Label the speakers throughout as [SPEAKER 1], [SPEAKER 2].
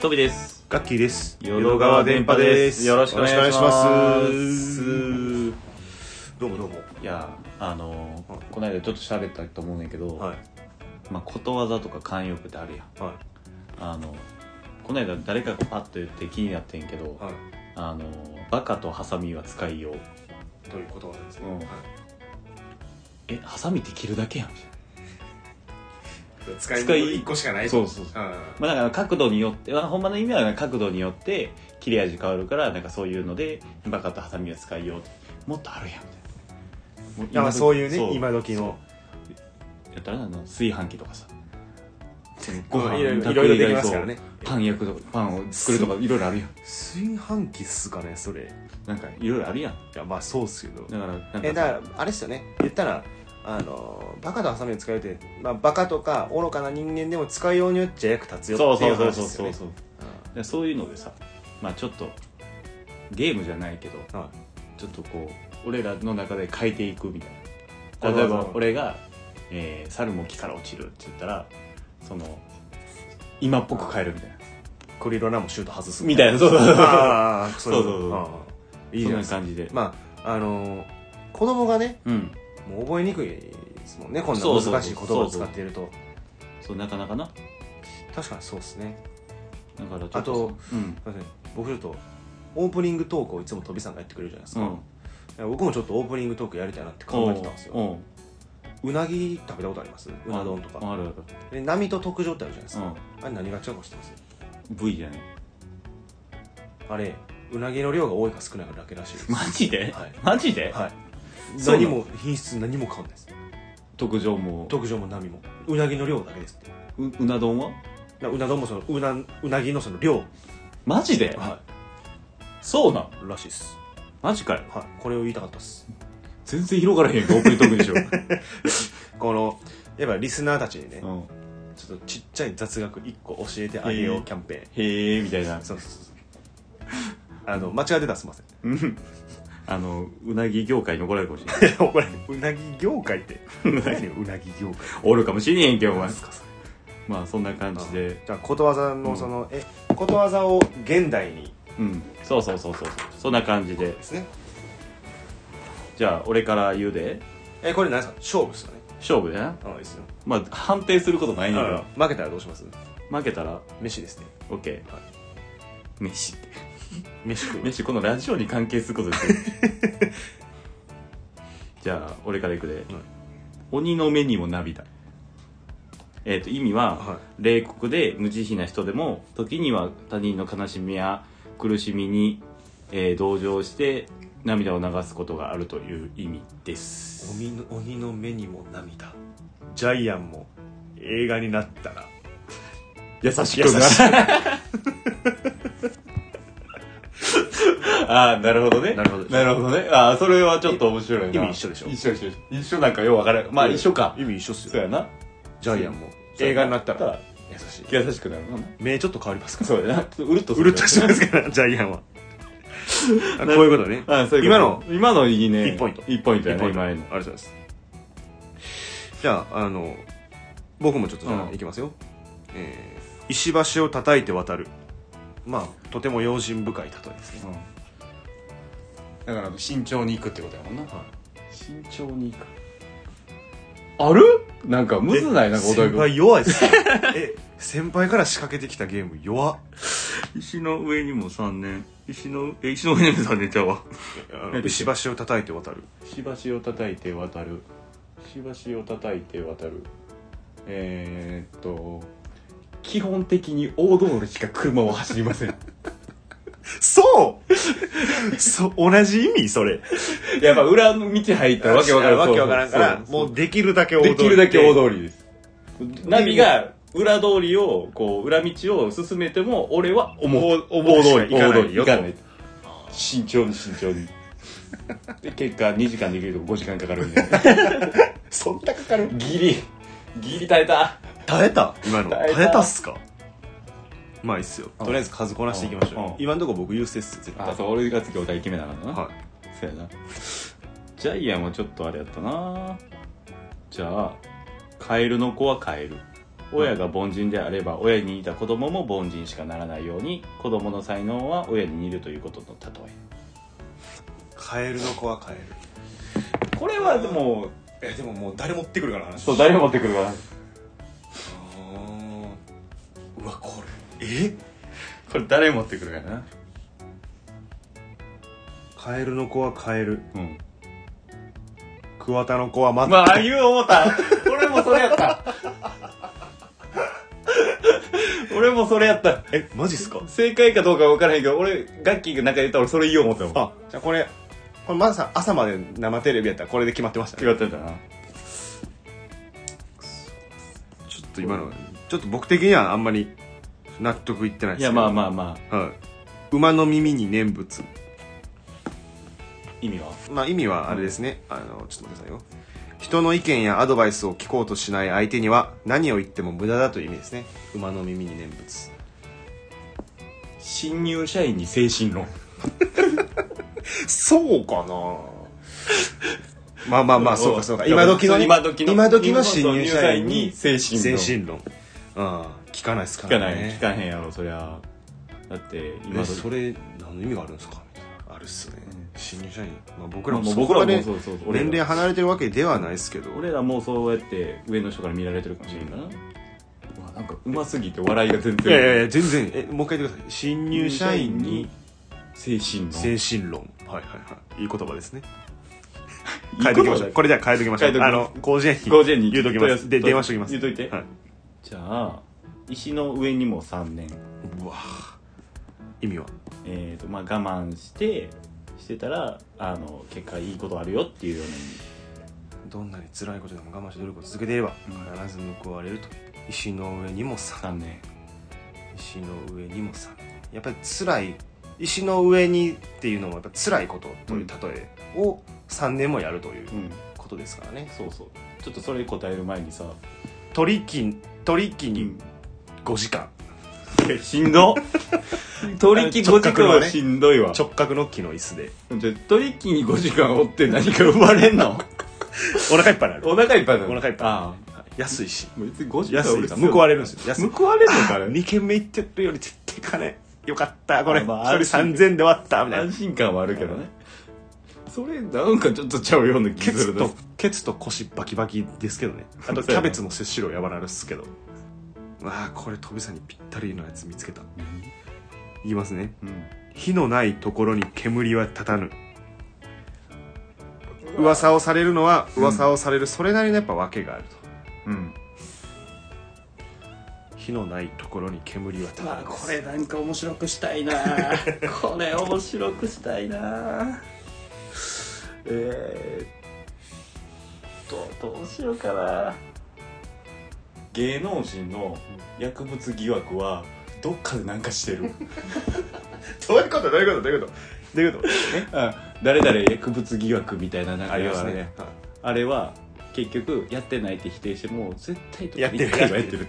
[SPEAKER 1] トビです。
[SPEAKER 2] ガッキーです。
[SPEAKER 1] 淀川電波です
[SPEAKER 2] よろしくお願いし
[SPEAKER 1] よ
[SPEAKER 2] ま
[SPEAKER 1] ろしくお願い
[SPEAKER 2] す。どうもどうも。
[SPEAKER 1] いやあの
[SPEAKER 2] はい
[SPEAKER 1] ー、この間ちょっと喋ったと思うねんだけど、
[SPEAKER 2] はい。
[SPEAKER 1] まあ、ことわざとか慣用句ってあるやん
[SPEAKER 2] は
[SPEAKER 1] あのこの間誰かがパッと言って気になってんけど、
[SPEAKER 2] い。はい。
[SPEAKER 1] あのーバカとハサミは使いよう
[SPEAKER 2] ということなんですね。
[SPEAKER 1] うん
[SPEAKER 2] はい
[SPEAKER 1] えハサミって切るだけやん
[SPEAKER 2] 使い
[SPEAKER 1] 使
[SPEAKER 2] 道
[SPEAKER 1] い
[SPEAKER 2] 一個しかない。
[SPEAKER 1] そうそうそ
[SPEAKER 2] うん。
[SPEAKER 1] まあ、だから角度によってあほんまの意味は角度によって切れ味変わるからなんかそういうのでバカとハサミは使いようもっとあるやんみたいなもう
[SPEAKER 2] いやまあそういうね
[SPEAKER 1] そ
[SPEAKER 2] 今時の
[SPEAKER 1] そうやったらあの炊飯器とかさ
[SPEAKER 2] うんいろいろ
[SPEAKER 1] 炊く
[SPEAKER 2] いろいろで
[SPEAKER 1] 以外
[SPEAKER 2] きますからね。
[SPEAKER 1] そうパン焼くとかパンを作るとかいろいろあるやん
[SPEAKER 2] 炊飯器っすかねそれ。い
[SPEAKER 1] なんかいろいろあるやん
[SPEAKER 2] やまあそうっすけど。
[SPEAKER 1] だからなんか
[SPEAKER 2] えだからあれっすよね。言ったら。あのバカとハサミを使うって、まあ、バカとか愚かな人間でも使いようによっちゃ役立つ
[SPEAKER 1] そ
[SPEAKER 2] よ
[SPEAKER 1] う
[SPEAKER 2] って
[SPEAKER 1] そう
[SPEAKER 2] い
[SPEAKER 1] うそう
[SPEAKER 2] 話
[SPEAKER 1] そ
[SPEAKER 2] で
[SPEAKER 1] う
[SPEAKER 2] す
[SPEAKER 1] そ
[SPEAKER 2] よ
[SPEAKER 1] う
[SPEAKER 2] ね
[SPEAKER 1] そうでそういうのでさまあちょっとゲームじゃないけど
[SPEAKER 2] うんはい
[SPEAKER 1] ちょっとこう俺らの中で変えていくみたい
[SPEAKER 2] あ
[SPEAKER 1] な例えば
[SPEAKER 2] そう
[SPEAKER 1] 俺が、えー猿も木から落ちる」って言ったらその今っぽく変えるみたいな
[SPEAKER 2] クリロナもシュート外す
[SPEAKER 1] みたいなそうそうそう
[SPEAKER 2] ああそう
[SPEAKER 1] そうそうそう
[SPEAKER 2] ああいいじゃ
[SPEAKER 1] そ
[SPEAKER 2] なんいで
[SPEAKER 1] な
[SPEAKER 2] す
[SPEAKER 1] 感じで、
[SPEAKER 2] かまああのー子供がね
[SPEAKER 1] うん
[SPEAKER 2] もう覚えにくいですもんねこんな
[SPEAKER 1] そうそう
[SPEAKER 2] 難しい言葉を使っていると
[SPEAKER 1] そうなかなかな
[SPEAKER 2] 確かにそうですね
[SPEAKER 1] だからちょっと
[SPEAKER 2] あと
[SPEAKER 1] うん
[SPEAKER 2] すいません僕ちょっとオープニングトークをいつも飛びさんがやってくれるじゃないです
[SPEAKER 1] う
[SPEAKER 2] か、
[SPEAKER 1] ん
[SPEAKER 2] 僕もちょっとオープニングトークやりたいなって考えてたんですよ
[SPEAKER 1] よ
[SPEAKER 2] うなぎ食べたことありますうな丼とか
[SPEAKER 1] あるある
[SPEAKER 2] で波と特上ってあるじゃないですか、
[SPEAKER 1] う
[SPEAKER 2] あれ何が違うか知ってます
[SPEAKER 1] ん V じゃない
[SPEAKER 2] あれうなぎの量が多いか少ないかだけらしいで す
[SPEAKER 1] マジで、
[SPEAKER 2] はい
[SPEAKER 1] マジで、
[SPEAKER 2] はい
[SPEAKER 1] そうな
[SPEAKER 2] 何
[SPEAKER 1] の
[SPEAKER 2] も品質何も変わんないです
[SPEAKER 1] 特上も
[SPEAKER 2] 特上も波もうなぎの量だけですって
[SPEAKER 1] ううな丼は
[SPEAKER 2] なうな丼もそのうなうなぎのその量
[SPEAKER 1] マジで、
[SPEAKER 2] は
[SPEAKER 1] そうなん
[SPEAKER 2] いらしいです
[SPEAKER 1] マジかよ
[SPEAKER 2] はいこれを言いたかったです
[SPEAKER 1] 全然広がらへんかオープニングトークでしょ、
[SPEAKER 2] このやっぱりリスナーたちに
[SPEAKER 1] う
[SPEAKER 2] ね、
[SPEAKER 1] ん、
[SPEAKER 2] ちょっとちっちゃい雑学1個教えてあげようキャンペーン、
[SPEAKER 1] へえみたいな
[SPEAKER 2] そうそうそうあの間違ってたらすいません
[SPEAKER 1] うん あのうなぎ業界に怒られるかもしれない
[SPEAKER 2] お前うなぎ業界って何うなぎ業界
[SPEAKER 1] おるかもしれへんけどお前
[SPEAKER 2] ですかそれ
[SPEAKER 1] まあそんな感じで
[SPEAKER 2] じゃあことわざのその、えことわざを現代に
[SPEAKER 1] うんそうそうそうそうそんな感じで
[SPEAKER 2] ですね
[SPEAKER 1] じゃあ俺から言うで
[SPEAKER 2] えこれ何ですか勝負っすよね
[SPEAKER 1] 勝負でな
[SPEAKER 2] あいいっすよ
[SPEAKER 1] まあ判定することないねんだ
[SPEAKER 2] 負けたらどうします
[SPEAKER 1] 負けたら
[SPEAKER 2] 飯ですね
[SPEAKER 1] OK
[SPEAKER 2] は
[SPEAKER 1] 飯って
[SPEAKER 2] 飯食う
[SPEAKER 1] 飯このラジオに関係することです よじゃあ俺からいくで、鬼の目にも涙えっ、と意味は、
[SPEAKER 2] は
[SPEAKER 1] 冷酷で無慈悲な人でも時には他人の悲しみや苦しみに、えー同情して涙を流すことがあるという意味です
[SPEAKER 2] 鬼の鬼の目にも涙ジャイアンも映画になったら
[SPEAKER 1] 優し
[SPEAKER 2] 優
[SPEAKER 1] くな
[SPEAKER 2] し
[SPEAKER 1] ああなるほどね
[SPEAKER 2] なるほど
[SPEAKER 1] なるほどねああそれはちょっと面白いな
[SPEAKER 2] 意味一緒でしょ
[SPEAKER 1] 一緒一緒一緒なんかよう分からんまあ一緒か
[SPEAKER 2] 意味一緒っすよ
[SPEAKER 1] そうやな
[SPEAKER 2] ジャイアンも映画になったら優しい
[SPEAKER 1] 優しくなるもんな
[SPEAKER 2] 目ちょっと変わりますから
[SPEAKER 1] そうやなうるっと
[SPEAKER 2] うるっとしてますからジャイアン はあこういうことね
[SPEAKER 1] あそういうこ
[SPEAKER 2] 今
[SPEAKER 1] と
[SPEAKER 2] の
[SPEAKER 1] 今のいいね
[SPEAKER 2] 一ポイント
[SPEAKER 1] 1ポイントやね
[SPEAKER 2] 一ポ
[SPEAKER 1] 今
[SPEAKER 2] イン
[SPEAKER 1] の
[SPEAKER 2] トありがとうございますじゃああの僕もちょっとじゃ
[SPEAKER 1] う
[SPEAKER 2] あ
[SPEAKER 1] ん
[SPEAKER 2] いきますよ、えー石橋を叩いて渡るまあとても用心深い例えですね
[SPEAKER 1] だから慎重に行くってことやもんな
[SPEAKER 2] は
[SPEAKER 1] 慎重に行くあるなんかむずないなんかお題
[SPEAKER 2] 先
[SPEAKER 1] が
[SPEAKER 2] 輩弱いっすよ え先輩から仕掛けてきたゲーム弱っ
[SPEAKER 1] 石の上にも3年石のえ石の上にも3年ちゃうわ
[SPEAKER 2] あ
[SPEAKER 1] 何
[SPEAKER 2] の
[SPEAKER 1] でし
[SPEAKER 2] 石
[SPEAKER 1] ょ
[SPEAKER 2] 橋を叩いて渡る
[SPEAKER 1] しばしを叩いて渡るしばしを叩いて渡るえー、っと基本的に大通りしか車を走りませ ん
[SPEAKER 2] そうそ同じ意味それ
[SPEAKER 1] やっぱ裏の道入ったらわけわからん
[SPEAKER 2] わけわからんから
[SPEAKER 1] そうそう
[SPEAKER 2] もうできるだけ大通り
[SPEAKER 1] できるだけ大通りですナビが裏通りをこう裏道を進めても俺は思う
[SPEAKER 2] 思う
[SPEAKER 1] 大通り
[SPEAKER 2] 行かない
[SPEAKER 1] 大通り
[SPEAKER 2] よ
[SPEAKER 1] 行かない慎重に慎重に で結果2時間できるとこ5時間かかるんで
[SPEAKER 2] そんなかかる
[SPEAKER 1] ギリギリ耐えた
[SPEAKER 2] 耐えた今の
[SPEAKER 1] 耐えた
[SPEAKER 2] 耐えたっすかまあいいっすよ
[SPEAKER 1] うん
[SPEAKER 2] とりあえず数こなしていきまし
[SPEAKER 1] うんうん
[SPEAKER 2] ょう今んとこ僕優勢っす絶対
[SPEAKER 1] あそう俺が次お題決めなあかったな、
[SPEAKER 2] は
[SPEAKER 1] そうやなジャイアンはちょっとあれやったなじゃあカエルの子はカエル
[SPEAKER 2] い
[SPEAKER 1] 親が凡人であれば親に似た子供も凡人しかならないように子供の才能は親に似るということの例
[SPEAKER 2] カエルの子はカエル
[SPEAKER 1] えこれはでも
[SPEAKER 2] えでももう誰持ってくるから話
[SPEAKER 1] そう誰も持ってくるわ
[SPEAKER 2] うわこれえ
[SPEAKER 1] これ誰持ってくるかな
[SPEAKER 2] カエルの子はカエル
[SPEAKER 1] うん
[SPEAKER 2] 桑田の子は松
[SPEAKER 1] まああいう思った俺もそれやった俺もそれやった
[SPEAKER 2] えマジっすか
[SPEAKER 1] 正解かどうか分からへんけど俺ガッキーがなんか言ったら俺それ言おう思ったもん
[SPEAKER 2] あじゃあこれこれまださん朝まで生テレビやったらこれで決まってましたね
[SPEAKER 1] 違ってたな
[SPEAKER 2] ちょっと今のちょっと僕的にはあんまり納得いってない
[SPEAKER 1] いやまあ
[SPEAKER 2] あ
[SPEAKER 1] まあまあ
[SPEAKER 2] はい、馬の耳に念仏
[SPEAKER 1] 意味は
[SPEAKER 2] まあ意味はあれですね、あのちょっと待ってくださいよ人の意見やアドバイスを聞こうとしない相手には何を言っても無駄だという意味ですね馬の耳に念仏
[SPEAKER 1] 新入社員に精神論
[SPEAKER 2] そうかなまあまあまあそうかそうか
[SPEAKER 1] うん
[SPEAKER 2] 今時のね
[SPEAKER 1] 今時の
[SPEAKER 2] 今時の新入社員に
[SPEAKER 1] 精神論
[SPEAKER 2] 精神論ああ聞かないですか
[SPEAKER 1] 聞からない、
[SPEAKER 2] ね
[SPEAKER 1] 聞かへんやろそりゃだって今
[SPEAKER 2] え
[SPEAKER 1] 時
[SPEAKER 2] それ何の意味があるんですかみたいなあるっすね、
[SPEAKER 1] うん
[SPEAKER 2] 新入社員、まあ、僕
[SPEAKER 1] まあ
[SPEAKER 2] らも
[SPEAKER 1] もう
[SPEAKER 2] そこ
[SPEAKER 1] 僕ら
[SPEAKER 2] ま
[SPEAKER 1] も
[SPEAKER 2] で
[SPEAKER 1] そうそうそう
[SPEAKER 2] 年齢
[SPEAKER 1] 俺ら
[SPEAKER 2] 離れてるわけではないですけど
[SPEAKER 1] 俺らもそうやって上の人から見られてるかもしれんな、うわなんかうますぎて笑いが全
[SPEAKER 2] い
[SPEAKER 1] 然
[SPEAKER 2] やいやいや全然えもう一回言ってください新入社員に
[SPEAKER 1] 精神論
[SPEAKER 2] 精神論はいはいはいいい言葉ですね
[SPEAKER 1] い
[SPEAKER 2] 変
[SPEAKER 1] いこと
[SPEAKER 2] えときましょうこれじゃあ変えときましょ
[SPEAKER 1] 変えとき
[SPEAKER 2] う
[SPEAKER 1] ま
[SPEAKER 2] あ
[SPEAKER 1] しょう
[SPEAKER 2] の広辞苑に
[SPEAKER 1] 広辞苑に
[SPEAKER 2] 言うときますで電話しときます
[SPEAKER 1] 言うといて、
[SPEAKER 2] はい、
[SPEAKER 1] じゃあ石の上にも3年
[SPEAKER 2] うわ意味は
[SPEAKER 1] えーとまあ、我慢してしてたらあの結果いいことあるよっていうような意味
[SPEAKER 2] どんなに辛いことでも我慢して努力を続けていれば
[SPEAKER 1] う
[SPEAKER 2] 必ず報われると石の上にもさ
[SPEAKER 1] 3年
[SPEAKER 2] 石の上にもさやっぱり辛い石の上にっていうのもやっぱ辛いことという例えを3年もやるという
[SPEAKER 1] うん
[SPEAKER 2] ことですからね
[SPEAKER 1] そうそうちょっとそれ答える前にさ
[SPEAKER 2] 取り金取り金
[SPEAKER 1] う
[SPEAKER 2] に
[SPEAKER 1] ん
[SPEAKER 2] 5時間
[SPEAKER 1] しん ど取引5時間はしんどいわ
[SPEAKER 2] 直角の木の椅子で
[SPEAKER 1] じゃあ取引に5時間おって何か生まれんの
[SPEAKER 2] お腹いっぱいになる
[SPEAKER 1] お腹いっぱいなの
[SPEAKER 2] お腹いっぱい
[SPEAKER 1] あ
[SPEAKER 2] 安いし
[SPEAKER 1] あ別に5時間
[SPEAKER 2] 安
[SPEAKER 1] 俺
[SPEAKER 2] いから報われるんですよ安い
[SPEAKER 1] 報われるの かね
[SPEAKER 2] 2軒目行ってるより絶対金よかったこれ
[SPEAKER 1] あ
[SPEAKER 2] 一
[SPEAKER 1] ま
[SPEAKER 2] 人
[SPEAKER 1] あ
[SPEAKER 2] 3000で終わったみたい
[SPEAKER 1] 安
[SPEAKER 2] な
[SPEAKER 1] 心感はあるけどねそれなんかちょっとちゃうような気
[SPEAKER 2] ケ
[SPEAKER 1] す
[SPEAKER 2] ツ
[SPEAKER 1] る
[SPEAKER 2] とケツと腰バキバキですけどねあと
[SPEAKER 1] そう
[SPEAKER 2] キ
[SPEAKER 1] やな
[SPEAKER 2] ャベツの摂取量やばなるっすけどわあこれ飛びさんにぴったりのやつ見つけたいきますね
[SPEAKER 1] うん
[SPEAKER 2] 火のないところに煙は立たぬ噂をされるのは噂をされるそれなりのやっぱ訳があると
[SPEAKER 1] うん
[SPEAKER 2] 火のないところに煙は立た
[SPEAKER 1] まあ
[SPEAKER 2] ぬ
[SPEAKER 1] これなんか面白くした いなこれ面白くしたいなえー、どどうしようかな芸能人の薬物疑惑はどっかでなんかしてる
[SPEAKER 2] どういうことどういうことどういうことどういうこ と
[SPEAKER 1] あ誰々薬物疑惑みたいななんか
[SPEAKER 2] あります
[SPEAKER 1] 要は
[SPEAKER 2] ねはい
[SPEAKER 1] あれは結局やってないって否定しても絶対どか
[SPEAKER 2] やってる
[SPEAKER 1] 一回はやってる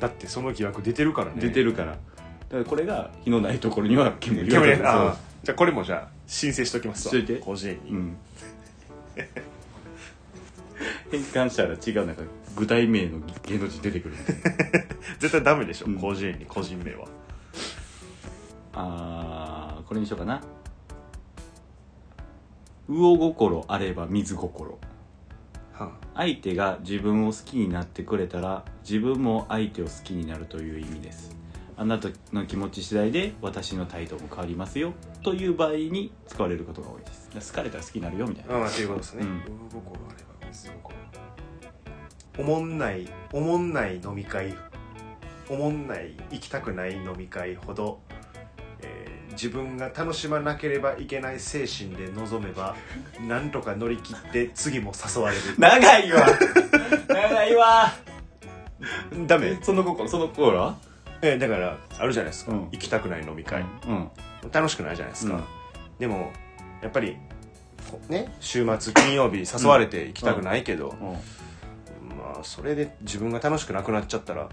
[SPEAKER 2] だってその疑惑出てるからね
[SPEAKER 1] 出てるからだからこれが火のないところには煙が
[SPEAKER 2] 煙ねああじゃあこれもじゃあ申請しときますわ
[SPEAKER 1] しといて
[SPEAKER 2] 広辞苑に、
[SPEAKER 1] うん、 変換したら違うなんか具体名の芸能人出てくる
[SPEAKER 2] 絶対ダメでしょ、
[SPEAKER 1] うん
[SPEAKER 2] 広辞苑に個人名は
[SPEAKER 1] あーこれにしようかな魚心あれば水心
[SPEAKER 2] は
[SPEAKER 1] 相手が自分を好きになってくれたら自分も相手を好きになるという意味ですあなたの気持ち次第で私の態度も変わりますよという場合に使われることが多いですだから好かれたら好きになるよみたいな
[SPEAKER 2] ああということですね、
[SPEAKER 1] う
[SPEAKER 2] うん心あれば水心おもんないおもんない飲み会おもんない行きたくない飲み会ほど、えー自分が楽しまなければいけない精神で臨 めばなんとか乗り切って次も誘われる
[SPEAKER 1] 長いわ 長いわ
[SPEAKER 2] ダ
[SPEAKER 1] え
[SPEAKER 2] メ、
[SPEAKER 1] その心その心は
[SPEAKER 2] えーだからあるじゃないですか、
[SPEAKER 1] うん
[SPEAKER 2] 行きたくない飲み会、
[SPEAKER 1] うん
[SPEAKER 2] 楽しくないじゃないですか、
[SPEAKER 1] うん
[SPEAKER 2] でもやっぱりこうね週末金曜日誘われて行きたくないけど、まあそれで自分が楽しくなくなっちゃったら
[SPEAKER 1] う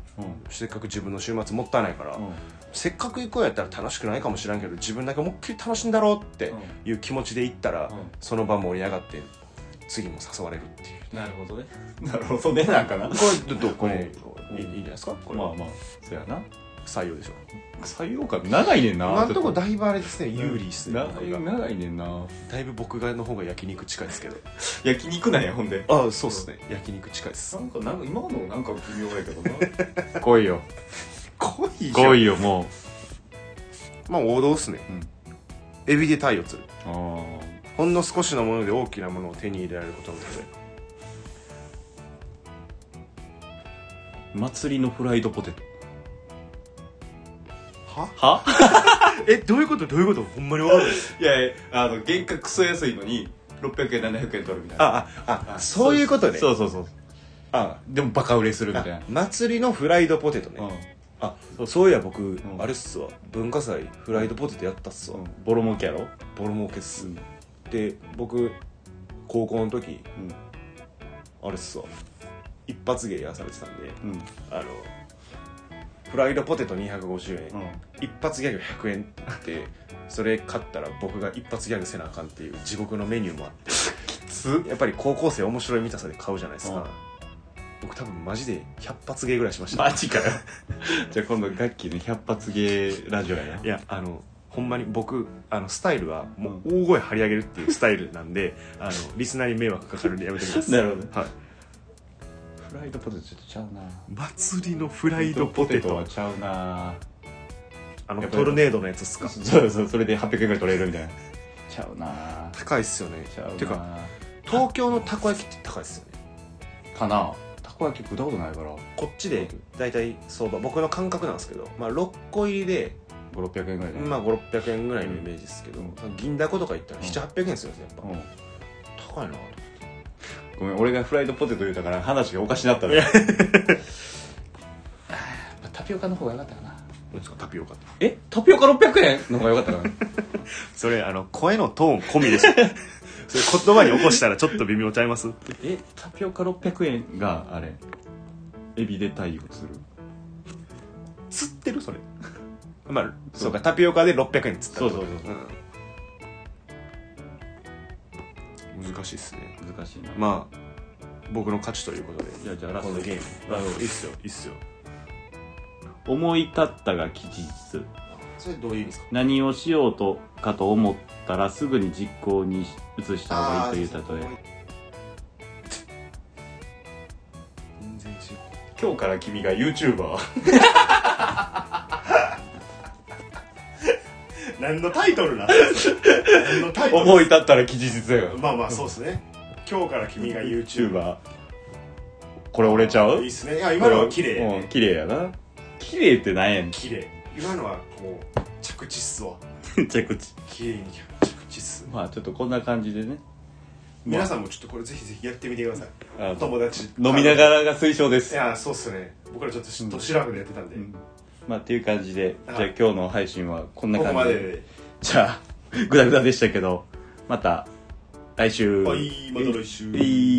[SPEAKER 2] せっかく自分の週末もったいないから、
[SPEAKER 1] ん
[SPEAKER 2] せっかく行こうやったら楽しくないかもしれんけど自分だけ思いっきり楽しんだろうっていう気持ちで行ったら、
[SPEAKER 1] うん
[SPEAKER 2] その場盛り上がって次も誘われるってい う
[SPEAKER 1] なるほどねなるほどねなんかな
[SPEAKER 2] これどどこれ
[SPEAKER 1] うん
[SPEAKER 2] いいいいんじゃないですかこれ
[SPEAKER 1] ま
[SPEAKER 2] は、
[SPEAKER 1] あまあそやな
[SPEAKER 2] 採用でしょ
[SPEAKER 1] 採用感長いねんな
[SPEAKER 3] 今んとこだいぶあれですね有利ですね
[SPEAKER 1] 長
[SPEAKER 3] 僕が
[SPEAKER 1] い長いねんな
[SPEAKER 2] だいぶ僕がの方が焼肉近いですけど
[SPEAKER 1] 焼肉なんやほんで
[SPEAKER 2] ああそうっすね焼肉近いです
[SPEAKER 1] なんかなんか今のなんか微妙やけど な来いよ
[SPEAKER 2] 濃い
[SPEAKER 1] 来いよもう
[SPEAKER 2] まあ王道っすね、
[SPEAKER 1] うん
[SPEAKER 2] エビで鯛を釣る
[SPEAKER 1] あー
[SPEAKER 2] ほんの少しのもので大きなものを手に入れられることなので
[SPEAKER 1] 祭りのフライドポテト
[SPEAKER 2] は
[SPEAKER 1] は
[SPEAKER 2] えどういうことどういうことほんまにわかんない
[SPEAKER 1] いやいやあの原価クソ安いのに600円700円取るみたいな
[SPEAKER 2] あああそういうことね
[SPEAKER 1] そうそうそう
[SPEAKER 2] あ
[SPEAKER 1] でもバカ売れするみ
[SPEAKER 2] あ
[SPEAKER 1] たいな
[SPEAKER 2] 祭りのフライドポテトね、あそういや僕、
[SPEAKER 1] ん
[SPEAKER 2] あれっすわ文化祭フライドポテトやったっすわ、
[SPEAKER 1] ボロ儲けやろ
[SPEAKER 2] ボロ儲けっす、
[SPEAKER 1] うん
[SPEAKER 2] で僕高校の時
[SPEAKER 1] うん
[SPEAKER 2] あれっすわ一発芸やらされてたんで
[SPEAKER 1] うん
[SPEAKER 2] あのフライドポテト250円、
[SPEAKER 1] うん
[SPEAKER 2] 一発ギャグ100円ってそれ買ったら僕が一発ギャグせなあかんっていう地獄のメニューもあっ
[SPEAKER 1] つ
[SPEAKER 2] てやっぱり高校生面白い見たさで買うじゃないですか、
[SPEAKER 1] うん
[SPEAKER 2] 僕多分マジで100発芸ぐらいしました、
[SPEAKER 1] マジかよ じゃあ今度楽器の百発芸ラジオやない
[SPEAKER 2] やあのほんまに僕あのスタイルはもう大声張り上げるっていうスタイルなんで、あのリスナーに迷惑かかるんでやめてください
[SPEAKER 1] るほど
[SPEAKER 2] はい
[SPEAKER 1] フライドポテトちょっとちゃうな
[SPEAKER 2] 祭りのフ
[SPEAKER 1] フ
[SPEAKER 2] ライドポテト
[SPEAKER 1] はちゃうな
[SPEAKER 2] あのトルネードのやつっすか
[SPEAKER 1] そうそうそれで800円ぐらい取れるみたいなちゃうな
[SPEAKER 2] 高いっすよね
[SPEAKER 1] ちゃうな
[SPEAKER 2] てか東京のたこ焼きって高いっすよね
[SPEAKER 1] かなたこ焼き食ったことないから
[SPEAKER 2] こっちで大体相場僕の感覚なんですけど、まあ、6個入りで、
[SPEAKER 1] 5600円ぐらいだね
[SPEAKER 2] まあ、5600円ぐらいのイメージですけど、銀だことか行ったら7800円ですよねやっぱ、
[SPEAKER 1] うん
[SPEAKER 2] 高いなと
[SPEAKER 1] ごめん俺がフライドポテト言うたから話がおかしなったら タピオカの方が良かったかな
[SPEAKER 2] どうですかタピオカって
[SPEAKER 1] えタピオカ600円の方が良かったかな
[SPEAKER 2] それあの声のトーン込みで しょそれ言葉に起こしたらちょっと微妙ちゃいます
[SPEAKER 1] えタピオカ600円があれエビで対応する
[SPEAKER 2] 釣ってるそれまあそうかタピオカで600円釣った
[SPEAKER 1] そうそうそう
[SPEAKER 2] うん難しいっすね
[SPEAKER 1] 難しいな
[SPEAKER 2] まあ僕の勝ちということで
[SPEAKER 1] じゃあじゃあラ
[SPEAKER 2] こ
[SPEAKER 1] ス
[SPEAKER 2] の
[SPEAKER 1] ト
[SPEAKER 2] ゲーム
[SPEAKER 1] ラ
[SPEAKER 2] あ
[SPEAKER 1] ス
[SPEAKER 2] の
[SPEAKER 1] ト
[SPEAKER 2] いいっすよいいっすよ
[SPEAKER 1] 思い立ったが吉日
[SPEAKER 2] それどういう意味ですか
[SPEAKER 1] 何をしようとかと思ったらすぐに実行に移した方がいいという例え
[SPEAKER 2] 全然違う
[SPEAKER 1] 今日から君が YouTuber
[SPEAKER 3] 何のタイトルなんですか何のタイトル
[SPEAKER 1] 思い立ったら吉日や
[SPEAKER 3] まあまあそうですね今日から君が YouTuber
[SPEAKER 1] YouTuber これ俺ちゃう
[SPEAKER 3] いいっすねいや今のは綺麗や
[SPEAKER 1] う
[SPEAKER 3] ね
[SPEAKER 1] ん綺麗やな綺麗ってなんや ねん
[SPEAKER 3] 綺麗今のはこう着地っすわ
[SPEAKER 1] 着地
[SPEAKER 3] 綺麗に着地っす
[SPEAKER 1] まあちょっとこんな感じでね
[SPEAKER 3] 皆さんもちょっとこれぜひぜひやってみてください
[SPEAKER 1] あの
[SPEAKER 3] 友達
[SPEAKER 1] 飲みながらが推奨で
[SPEAKER 3] い
[SPEAKER 1] す
[SPEAKER 3] やそうっすね僕らちょっとし年ラフでやってたんで、
[SPEAKER 1] うんまあっていう感じでじゃあ
[SPEAKER 3] はい
[SPEAKER 1] 今日の配信はこんな
[SPEAKER 3] ここま
[SPEAKER 1] 感じ
[SPEAKER 3] で
[SPEAKER 1] で
[SPEAKER 3] で
[SPEAKER 1] じゃあグダグダでしたけどまた来週
[SPEAKER 3] はいまた来週
[SPEAKER 1] いい